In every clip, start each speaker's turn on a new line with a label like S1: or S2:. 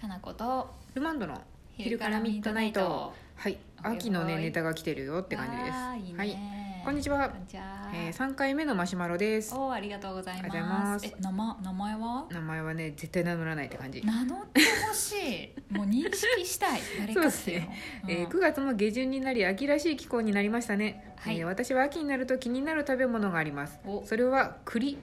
S1: かなこと
S2: ルマンドの昼からミッドナイトはい秋のねネタが来てるよって感じです
S1: わーいいね
S2: はいこんにちは
S1: こんにちは
S2: えー、3回目のマシュマロです
S1: おーありがとうござい
S2: あ
S1: ま
S2: り
S1: す
S2: がとうございます
S1: え名前名前は
S2: 名前はね絶対名乗らないって感じ、
S1: 名乗ってほしいもう認識したい 誰かっていうの
S2: えー
S1: うん
S2: 9月も下旬になり秋らしい気候になりましたね、
S1: はい
S2: えー私は秋になると気になる食べ物があります
S1: お
S2: それは栗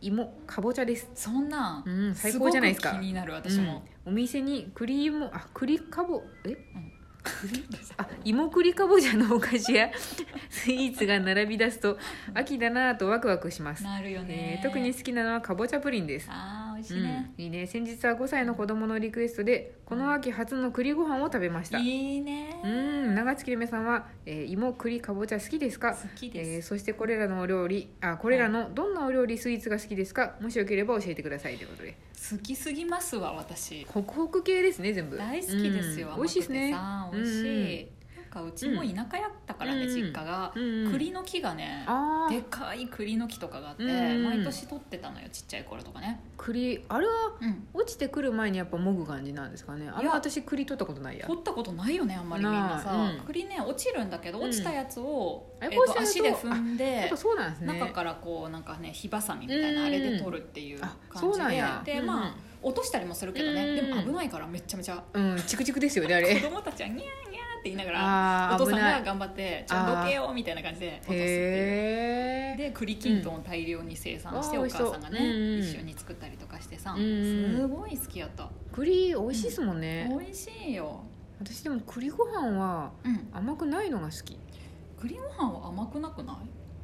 S2: 芋かぼちゃです
S1: そんな
S2: うんん最高じゃないですか
S1: ごく気になる私も、
S2: うん、お店に栗芋あ栗かぼえ
S1: うん
S2: あ芋栗かぼちゃのお菓子や スイーツが並び出すと秋だなぁとワクワクしま す、
S1: なるよね
S2: え、ー特に好きなのはかぼちゃプリンです
S1: あー美味し
S2: う
S1: いね
S2: ん、、いいね先日は5歳の子供のリクエストでこの秋初の栗ご飯を食べました、
S1: いいね
S2: うん長月れめさんは、えー芋栗かぼちゃ好きですか
S1: 好き
S2: えー
S1: です、
S2: そしてこれらのお料理あこれらのどんなお料理スイーツが好きですかもしよければ教えてくださいということで
S1: 好きすぎますわ私
S2: ホクホク系ですね全部
S1: 大好きですよ、
S2: うん
S1: 甘
S2: 美味しいですね
S1: くてさ美味しい、
S2: う
S1: なんかうちも田舎やったからね、
S2: うん
S1: 実家が、
S2: うんうん
S1: 栗の木がね
S2: あ
S1: で
S2: あ
S1: かい栗の木とかがあって、
S2: うんうん
S1: 毎年取ってたのよちっちゃい頃とかね、
S2: 栗あれは
S1: うん、
S2: 落ちてくる前にやっぱもぐ感じなんですかねあ
S1: い
S2: れ
S1: や
S2: 私栗取ったことないや
S1: 取ったことないよねあんまりみんなさ
S2: ないうん
S1: 栗ね落ちるんだけど
S2: うん
S1: 落ちたやつを、
S2: あれ
S1: えっ
S2: こう
S1: と
S2: す
S1: 足
S2: る
S1: で
S2: と
S1: 踏ん
S2: やっ
S1: で
S2: ぱそうなんですね
S1: 中からこうなんかね火ばさみみたいな
S2: うん
S1: あれで取るっていう
S2: あ
S1: 感
S2: そう
S1: じ
S2: なんや
S1: ででまあ落としたりもするけどね
S2: うん
S1: でも危ないからめちゃめちゃ
S2: うん、うんチクチクですよねあ
S1: 子
S2: れ
S1: 供たちはニャーニャーって言いながらお
S2: あー
S1: 父
S2: 危
S1: さん
S2: な
S1: が
S2: い
S1: 頑張って「ちょっとどけよ」みたいな感じで落とすっていう。
S2: へえ
S1: で栗きんとんを大量に生産して
S2: うん
S1: お母さんがね
S2: あー美味しそ
S1: 一
S2: う
S1: 緒に作ったりとかしてさ
S2: うんうん
S1: すごい好きやった
S2: 栗美味しいですもんね、
S1: 美味しいよ
S2: 私でも栗ご飯は
S1: うん
S2: 甘くないのが好き
S1: 栗ご飯は甘くなくない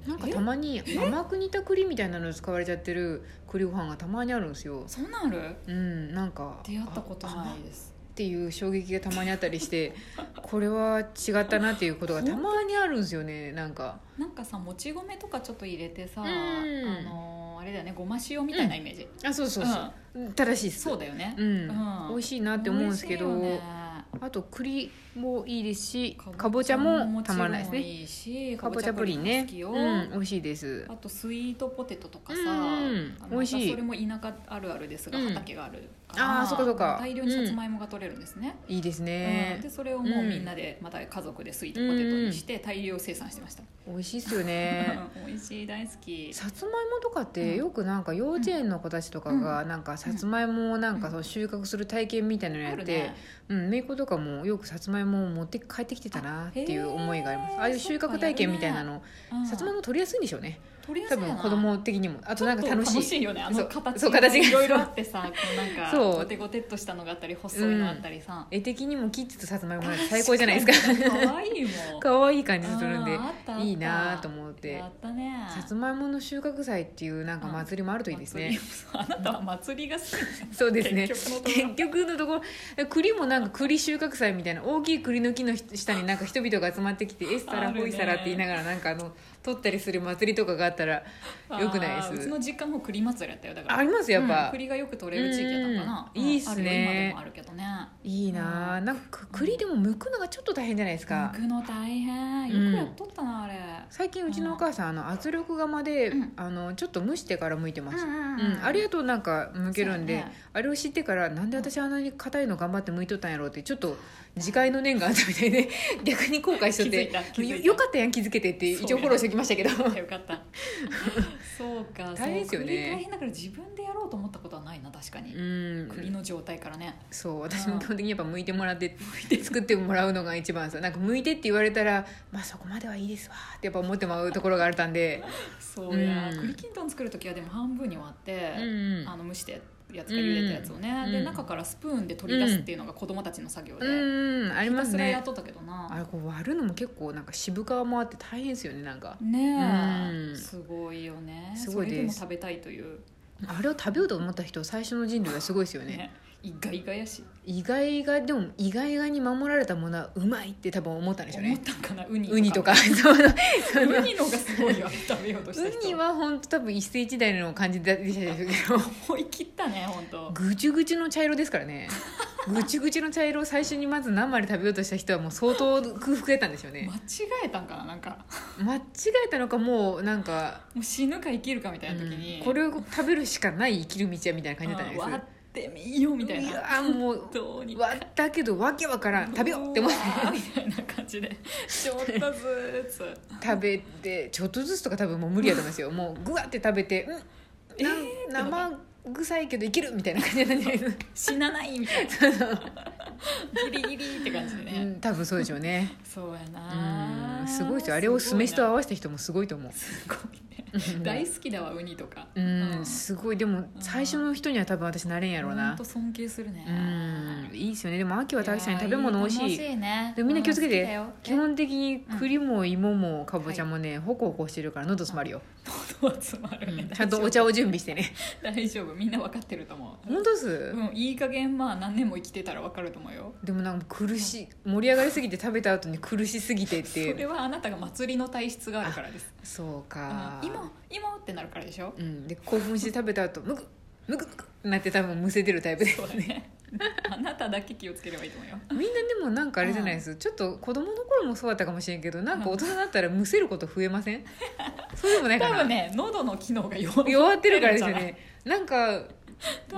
S2: なんかたまに甘く煮た栗みたいなの使われちゃってる栗ご飯がたまにあるんですよ
S1: そんなんある
S2: うんなんか
S1: 出会ったことない
S2: あ
S1: です
S2: 甘っていう衝撃がたまにあったりして これは違ったなっていうことがたまにあるんですよねなんか
S1: なんかさもち米とかちょっと入れてさ
S2: う
S1: あ
S2: ん
S1: のーあれだよねごま塩みたいなイメージ
S2: あそうそうそう、正しいっす
S1: そうだよね
S2: うん、
S1: うん
S2: 美味しいなって思うんですけど、
S1: 美味しいよね
S2: あと栗もいいですしかぼちゃもたまらないです
S1: もち
S2: ね
S1: ろんいいし
S2: かぼちゃプリンね
S1: かぼちゃプリンも好きよ
S2: うん美味しいです
S1: あとスイートポテトとかさ、
S2: うんうん
S1: あの
S2: 美味しい
S1: またそれも田舎あるあるですが、
S2: うん
S1: 畑があるから
S2: あーそっかそっか
S1: 大量にさつまいもが取れるんですね、
S2: いいです
S1: うん
S2: ね
S1: で、それをもううんみんなでまた家族でスイートポテトにして大量生産してました、
S2: 美味しいっすよね
S1: 美味しい大好き
S2: さつまいもとかって
S1: うん
S2: よくなんか幼稚園の子たちとかがなんかさつまいもをなんかその収穫する体験みたいなのや
S1: あ
S2: っ
S1: る
S2: て
S1: ね
S2: うん姪っ子とかもよくさつまいもを持って帰ってきてたなっていう思いがありま
S1: あへ
S2: す
S1: ー
S2: ああいう収穫体験みたいなの
S1: うん
S2: さつまいも取りやすいんでしょうね
S1: 取りやす
S2: 多
S1: いよな
S2: 分子供的にもあとなんか楽
S1: ちょっと
S2: しい
S1: よねあ
S2: そ
S1: の
S2: う
S1: 形
S2: そう形が
S1: いろいろあってさこうなんか
S2: そう
S1: ゴテゴテっとしたのがあったり細いのあったりさ、
S2: 絵的にもキッズとさつまいもなんて最高じゃないですか
S1: か わいいもん
S2: 可愛い感じするんで
S1: あーあったあった
S2: いいなと思って
S1: やったね
S2: さつまいもの収穫祭っていうなんか祭りもあるといいですね
S1: 祭りあなたは祭りが好き
S2: そうですね
S1: 結局のところ
S2: 結局のところ栗もなんか栗収穫祭みたいな大きい栗の木の下になんか人々が集まってきて「エッサ
S1: あ
S2: ラ
S1: るね
S2: ホイサラ」って言いながらなんかあの取ったりする祭りとかがあったらよくない
S1: あーう
S2: です
S1: ちの実家の方栗祭りやったよだから
S2: ありますやっ
S1: うん
S2: ぱ、
S1: 栗がよく取れる地域やったのかな、
S2: うんいいっすね
S1: あるよ今でもあるけどね
S2: いいなあなんか栗でも剥くのがちょっと大変じゃないですか、
S1: 行くの大変よくやっとったなあれ、
S2: 最近うちのお母さんあの圧力釜で、
S1: うん
S2: あのちょっと蒸してから剥いてます、
S1: ん
S2: うん、あれやとなんか剥
S1: 向
S2: けるんで、あれを知ってからなんで私あんなに硬いの頑張って剥いとったんやろうってちょっと自戒の念があったみたいで逆に後悔しとっ
S1: 気づい
S2: て
S1: た気づいた
S2: よよかったやん気づけてって一応フォローしておきましたけど
S1: そうやねよかった よかったそうか
S2: 大変ですよね
S1: そう栗大変だから自分でやろうと思ったことはないな確かに、
S2: うん
S1: 栗の状態からね
S2: そう私も基本的にやっぱ剥いてもらって作ってもらうのが一番さなんか剥いてって言われたらまあそこまではいいですわってやっぱ思ってもらうところがあったんで
S1: そうや、
S2: うん
S1: 栗きんとん作る時はでも半分に割って、
S2: うんうん
S1: あの蒸してやつか茹でたやつをね、
S2: うん
S1: で中からスプーンで取り出すっていうのが子供たちの作業で、
S2: うんあり
S1: ひ
S2: ま
S1: た
S2: す
S1: すらや
S2: ね
S1: っとったけどな
S2: あれこう割るのも結構なんか渋皮もあって大変ですよねなんか
S1: ねえ、
S2: うん
S1: すごいよね
S2: すごいです
S1: それでも食べたいという
S2: あれを食べようと思った人最初の人類はすごいですよね
S1: ね意外がやし
S2: 意外がでも意外がに守られたものはうまいって多分思ったんでしょう
S1: 思っ
S2: ね
S1: たんかなウニ
S2: ウニとか そうそう
S1: ウニのがすごいよ食べようとした人
S2: ウニは本当多分一世一代の感じでしたけど
S1: 思い切ったね本当
S2: ぐちゅぐちゅの茶色ですからねぐちゅぐちゅの茶色を最初にまず何まで食べようとした人はもう相当空腹やったんでしょうね
S1: 間違えたんかななんか
S2: 間違えたのかもうなんか、
S1: もう死ぬか生きるかみたいな時に、
S2: うんこれを食べるしかない生きる道やみたいな感じだったん
S1: うん
S2: です
S1: わってみようみたい
S2: い
S1: な
S2: やもう
S1: どうにか
S2: わだけどわけわからん食べようって思って
S1: うわーみたいな感じでちょっとずつ
S2: 食べてちょっとずつとか多分もう無理やと思いますよもうぐわって食べてうんな
S1: えー
S2: 生臭いけどいけるみたいな感じなんじゃないですか
S1: 死なないみたいなギリギリって感じでね、
S2: うん多分そうでしょうね
S1: そうや
S2: う
S1: なん
S2: すごいですよあれを酢飯と合
S1: わ
S2: わせた人もすごいと思う
S1: すごいね大好きだわウニとか
S2: うんすごいでも最初の人には多分私なれんやろう
S1: ほん
S2: な
S1: と尊敬するね
S2: うんいいですよねでも秋は確かに
S1: いやー
S2: 食べ物美味しい
S1: 楽しいね
S2: でもみんな気をつけ
S1: う好きだ
S2: て
S1: よ
S2: 基本的に栗も芋もかぼちゃもねホコホコしてるから喉詰まるよ
S1: 喉は詰まるね
S2: ちゃんとお茶を準備してね
S1: 大丈夫みんな分かってると思う
S2: 本当っす
S1: うんいい加減まあ何年も生きてたら分かると思うよ
S2: でもなんか苦しい盛り上がりすぎて食べた後に苦しすぎてっ
S1: それ
S2: て
S1: はあなたが祭りの体質があるからです
S2: そうか
S1: うん今今ってなるからでしょ
S2: うんで興奮して食べた後むくむくむくなって多分むせてるタイプで
S1: そうだねあなただけ気をつければいいと思うよ
S2: みんなでもなんかあれじゃないですちょっと子供の頃もそうだったかもしれんけどなんか大人になったらむせること増えませんそうでもないか
S1: 多
S2: な
S1: 分ね喉の機能が弱い
S2: 弱ってるからですよねなんか
S1: 単純に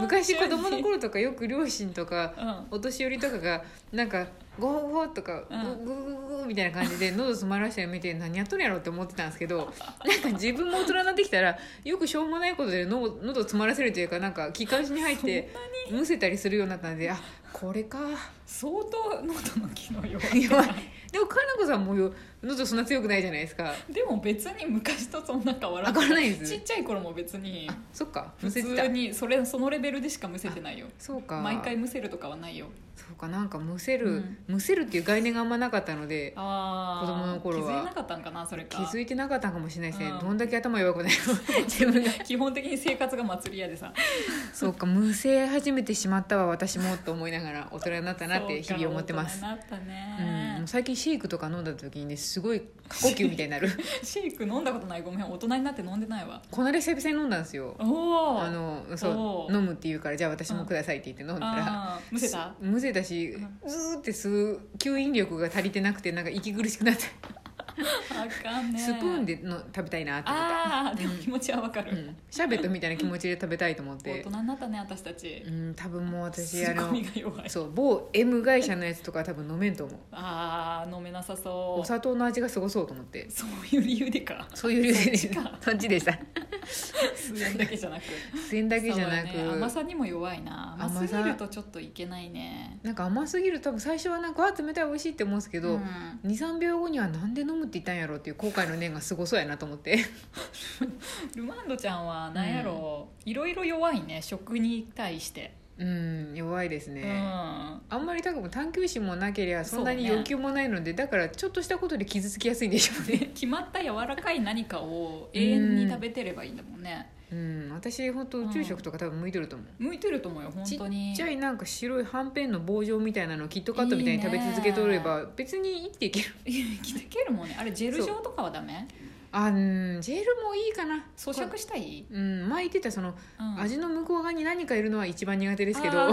S2: 昔子供の頃とかよく両親とか
S1: うん
S2: お年寄りとかがなんかゴーゴーとか
S1: うん
S2: グーグーグーみたいな感じで喉詰まらしてるの見て何やっとるんやろって思ってたんです けどなんか自分も大人になってきたらよくしょうもないことで喉喉詰まらせるというかなんか気管支に入ってむせたりするようになったんであこれか
S1: 相当喉の機能弱い
S2: 弱いでもかなこさんもよ喉そんな強くないじゃないですか
S1: でも別に昔とそんな変わら
S2: あ変わらないです
S1: ちっちゃい頃も別に
S2: あそっかむ
S1: 普
S2: せてた
S1: 通にそれそのレベルでしかむせてないよ
S2: そうか
S1: 毎回むせるとかはないよ
S2: そうかなんかむせる、
S1: うん
S2: むせるっていう概念があんまなかったので
S1: ああ
S2: 子供の頃は
S1: 気づいなかったんかなそれ
S2: 気
S1: か
S2: づいてなかったんかもしれないですね、
S1: うん
S2: どんだけ頭弱くない の自分が
S1: 基本的に生活が祭り屋でさ
S2: そうかむせ始めてしまったわ私もと思いながら大人になったなって日々思ってます
S1: そうか大人になった
S2: うん、も
S1: ね
S2: う、最近シェイクとか飲んだ時にねすごい過呼吸みたいに なる
S1: シェイク飲んだことないごめん大人になって飲んでないわ
S2: この間久々に飲んだんですよ
S1: おお
S2: あのそ
S1: お
S2: う飲むって言うからじゃあ私もくださいって言って飲んだら
S1: あーむせた
S2: むせたし
S1: う
S2: ずーって吸う吸引力が足りてなくてなんか息苦しくなった、
S1: あかんね
S2: スプーンでの食べたいなって思った
S1: ああでも気持ちはわかる、
S2: うんシャーベットみたいな気持ちで食べたいと思っ
S1: 大
S2: て
S1: 人、になったね私たち、
S2: うん、多分もう私あ
S1: 吸い込
S2: の
S1: みが弱い
S2: そう某 M 会社のやつとか多分飲めんと思う
S1: あー飲めなさそ
S2: お砂糖の味がすごそうと思って
S1: うそういう理由でか
S2: そういう理由で
S1: そっちか
S2: そっちでした
S1: 数円だけじゃなく
S2: 出演だけじゃなく、
S1: そうだね甘さにも弱いな
S2: 甘さ
S1: 甘すぎるとちょっといけないね
S2: なんか甘すぎる多分最初はなんかわあ冷たい美味しいって思うんですけど、
S1: うん
S2: 23秒後にはなんで飲むって言ったんやろうっていう後悔の念がすごそうやなと思って
S1: ルマンドちゃんはなんやろう、いろいろ弱いね食に対して、
S2: うん弱いですね、
S1: うん
S2: あんまり多分探求心もなければそんなに欲求もないので、だからちょっとしたことで傷つきやすいんでしょ うね
S1: 決まった柔らかい何かを永遠に食べてればいいんだもんね、
S2: うん私本当宇宙食とか多分向いてると思う、
S1: 向いてると思うよ本
S2: ち
S1: 当に
S2: っちゃいなんか白いはんぺんの棒状みたいなのをキットカットみたいに食べ続けとれば別に生きていける
S1: いや 生きていけるもんねあれジェル状とかはダメ
S2: あうんジェルもいいかな
S1: 咀嚼したい、
S2: うん前言ってたその、
S1: うん
S2: 味の向こう側に何かいるのは一番苦手ですけ
S1: あ
S2: ど
S1: ー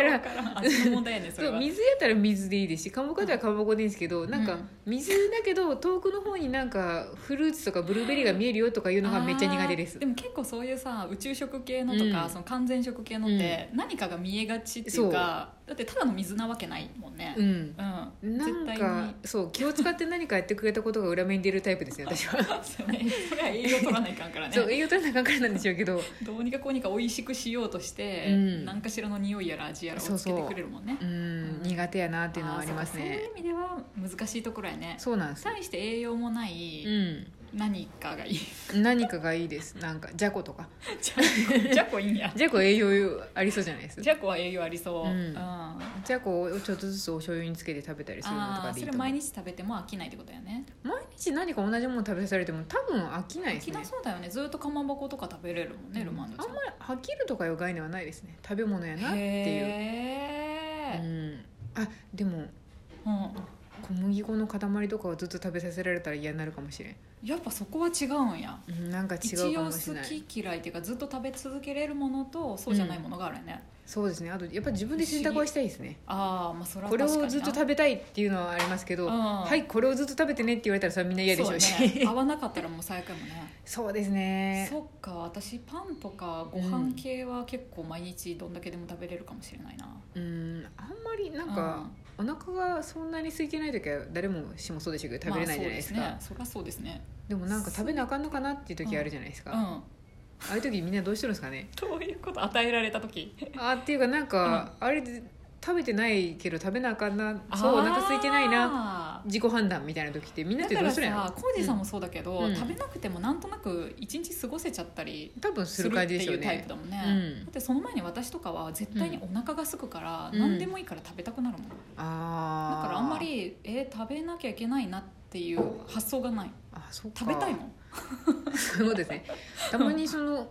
S1: だ
S2: から
S1: 味の問題やねそ
S2: そ
S1: れ
S2: う
S1: は
S2: 水やったら水でいいですしかぼこではかぼこでいいんですけど、なん
S1: う
S2: か
S1: ん
S2: 水だけど遠くの方になんかフルーツとかブルーベリーが見えるよとかいうのがめっちゃ苦手で
S1: あ
S2: す
S1: ーでも結構そういうさ宇宙食系のとか、
S2: うん
S1: その完全食系のって、何かが見えがちっていうかだってただの水なわけないもんね
S2: う、ん
S1: うん
S2: なん
S1: 絶対
S2: か
S1: に
S2: そう気を使って何かやってくれたことが裏目に出るタイプで すね私は
S1: そうねそれは栄養取らないかんからね
S2: そう栄養取らなあかんからなんでしょうけど
S1: どうにかこうにか美味しくしようとして、
S2: うん
S1: 何かしらの匂いやら味やら
S2: そ
S1: を
S2: う
S1: つ
S2: そう
S1: けてくれるもんね
S2: うん苦手やなっていうのはあります
S1: ーそうかそうい
S2: ね
S1: う意味では難しいところやね
S2: そうなんです
S1: 対して栄養もない
S2: うん
S1: 何かがいい、
S2: 何かがいいですなんかじゃことか
S1: じゃこじゃこいいんや
S2: じゃこ栄養ありそうじゃないです
S1: じゃこは栄養ありそう、
S2: うん
S1: あ
S2: じゃこをちょっとずつお醤油につけて食べたりするのとか
S1: あ
S2: でい
S1: そ
S2: い
S1: れ
S2: と思う
S1: 毎
S2: 毎
S1: 日食べても飽きないってことやね
S2: 日何か同じもの食べされても多分飽きない
S1: 飽
S2: です
S1: き
S2: ね
S1: なそうだよねずっとかまぼことか食べれるもんね、ルマンド
S2: あ
S1: ち
S2: ん
S1: ゃん
S2: まり飽きるとかいう概念はないですね食べ物やなっていう
S1: へ
S2: う
S1: え、
S2: んあでも
S1: うん、
S2: 小麦粉の塊とかをずっと食べさせられたら嫌になるかもしれん
S1: やっぱそこは違うんや
S2: うんなんか違う
S1: 一
S2: か
S1: 応
S2: もしれない
S1: 好き嫌いっていうかずっと食べ続けれるものとそうじゃないものがあるよね、
S2: そうですねあとやっぱ自分で選択はしたいですね
S1: ああまあそれは
S2: これ
S1: 確かに
S2: をずっと
S1: べ
S2: 食べたいっていうのはありますけど、
S1: うん
S2: はいこれをずっと食べてねって言われたらそれはみんな嫌でしょうし
S1: ね、合
S2: そう,、
S1: わなかったらもう最悪やもんね
S2: です ね
S1: そっか私パンとかご飯系は結構毎日どんだけでも食べれるかもしれないな、
S2: うんあんまりなんか、お腹がそんなに空いてない時は誰もしもそうでしょうけど食べれないじゃないですか、
S1: まあそうですねそりゃそうですね
S2: でもなんか食べなあかんのかなっていう時あるじゃないです
S1: う
S2: か、あ
S1: ん
S2: あいう時みんなどうしてるんですか ね
S1: どういうこと与えられた時
S2: あっていうかなんか、あれで食べてないけど食べなあかんなそうお腹空いてないな
S1: な
S2: 自己判断みたいな時ってみんなっ
S1: だ
S2: て
S1: か
S2: どう
S1: ら
S2: するんや
S1: さ
S2: ろ
S1: コージーさんもそうだけど、
S2: うん
S1: 食べなくてもなんとなく一日過ごせちゃったり
S2: 多分す
S1: する
S2: る
S1: っ
S2: 感
S1: て
S2: じでしょ
S1: いううタイプ
S2: ね
S1: だもんね
S2: うん
S1: だってその前に私とかは絶対にお腹が空くから、
S2: うん
S1: 何でもいいから食べたくなるもん、
S2: あ
S1: だ
S2: あ
S1: からあんまりえー食べなきゃいけないなっていう発想がない
S2: あそうか
S1: 食べたいもん
S2: そうです ねたまにその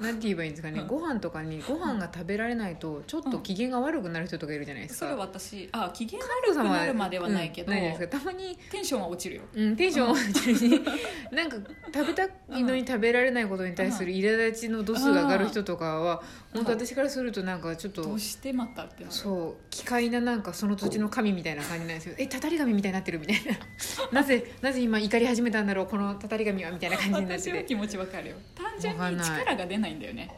S2: ななんて言えばいいんですかね
S1: うん
S2: ご飯とかにご飯が食べられないとちょっと機嫌が悪くなる人とかいるじゃないです
S1: そ
S2: か、
S1: れ私あ機嫌悪
S2: カ
S1: く
S2: ール様は
S1: なるまではないけど、
S2: うんじゃないですかたまに、
S1: テンションは落ちるよ
S2: うん、テンション落ちるしなんか食べたいのに食べられないことに対する苛立ちの度数が上がる人とかは
S1: うん
S2: 本当私からするとなんかちょっ
S1: ど
S2: と
S1: うしてまたってなる
S2: そう機械ななんかその土地の神みたいな感じなんですよえたたり神みたいになってるみたい ななぜなぜ今怒り始めたんだろうこのたたり神はみたいな感じになって
S1: 私は
S2: て
S1: 気持ちわかるよ単純
S2: わかん
S1: に
S2: ない
S1: 力が出ないんだよね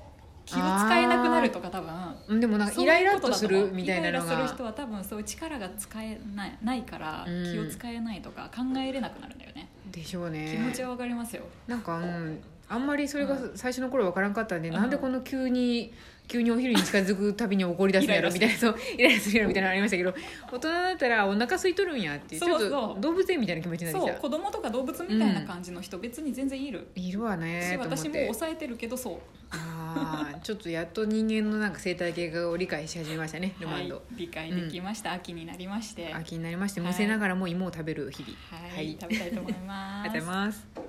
S1: 気を使えなくなるとか多分
S2: うんでもなんか
S1: そう
S2: イ
S1: いう
S2: ライラ
S1: こ
S2: っ
S1: と
S2: と
S1: だ
S2: す
S1: 思う
S2: るみたいなの
S1: イライラする人
S2: が
S1: は多分そういう力が使えないないから
S2: うん
S1: 気を使えないとか考えれなくなるんだよね、
S2: でしょうね
S1: 気持ちはわかりますよ
S2: なんか、うん、あんまりそれが
S1: う
S2: 最初の頃わからんかったんで、
S1: うん
S2: なんでこの急に急にお昼に近づくたびに怒り出すんやろみ
S1: イ
S2: た
S1: ラ
S2: いなそうイライラするやろみたいなのありましたけど大人だったらお腹空いとるんやっていう
S1: そうそう
S2: ちょっと動物園みたいな気持ちになって
S1: そう
S2: きた
S1: 子供とか動物みたいな感じの人、別に全然いる
S2: いるわね
S1: し
S2: と思っ
S1: 私も
S2: て
S1: 抑えてるけどそう
S2: あーちょっとやっと人間のなんか生態系を理解し始めましたねルマンド、
S1: はい、理解できました、秋になりましてはい、
S2: 秋になりまして
S1: はい
S2: むせながらも芋を食べる日々はい、
S1: 食べたいと思い
S2: あ
S1: ま
S2: りがとうございます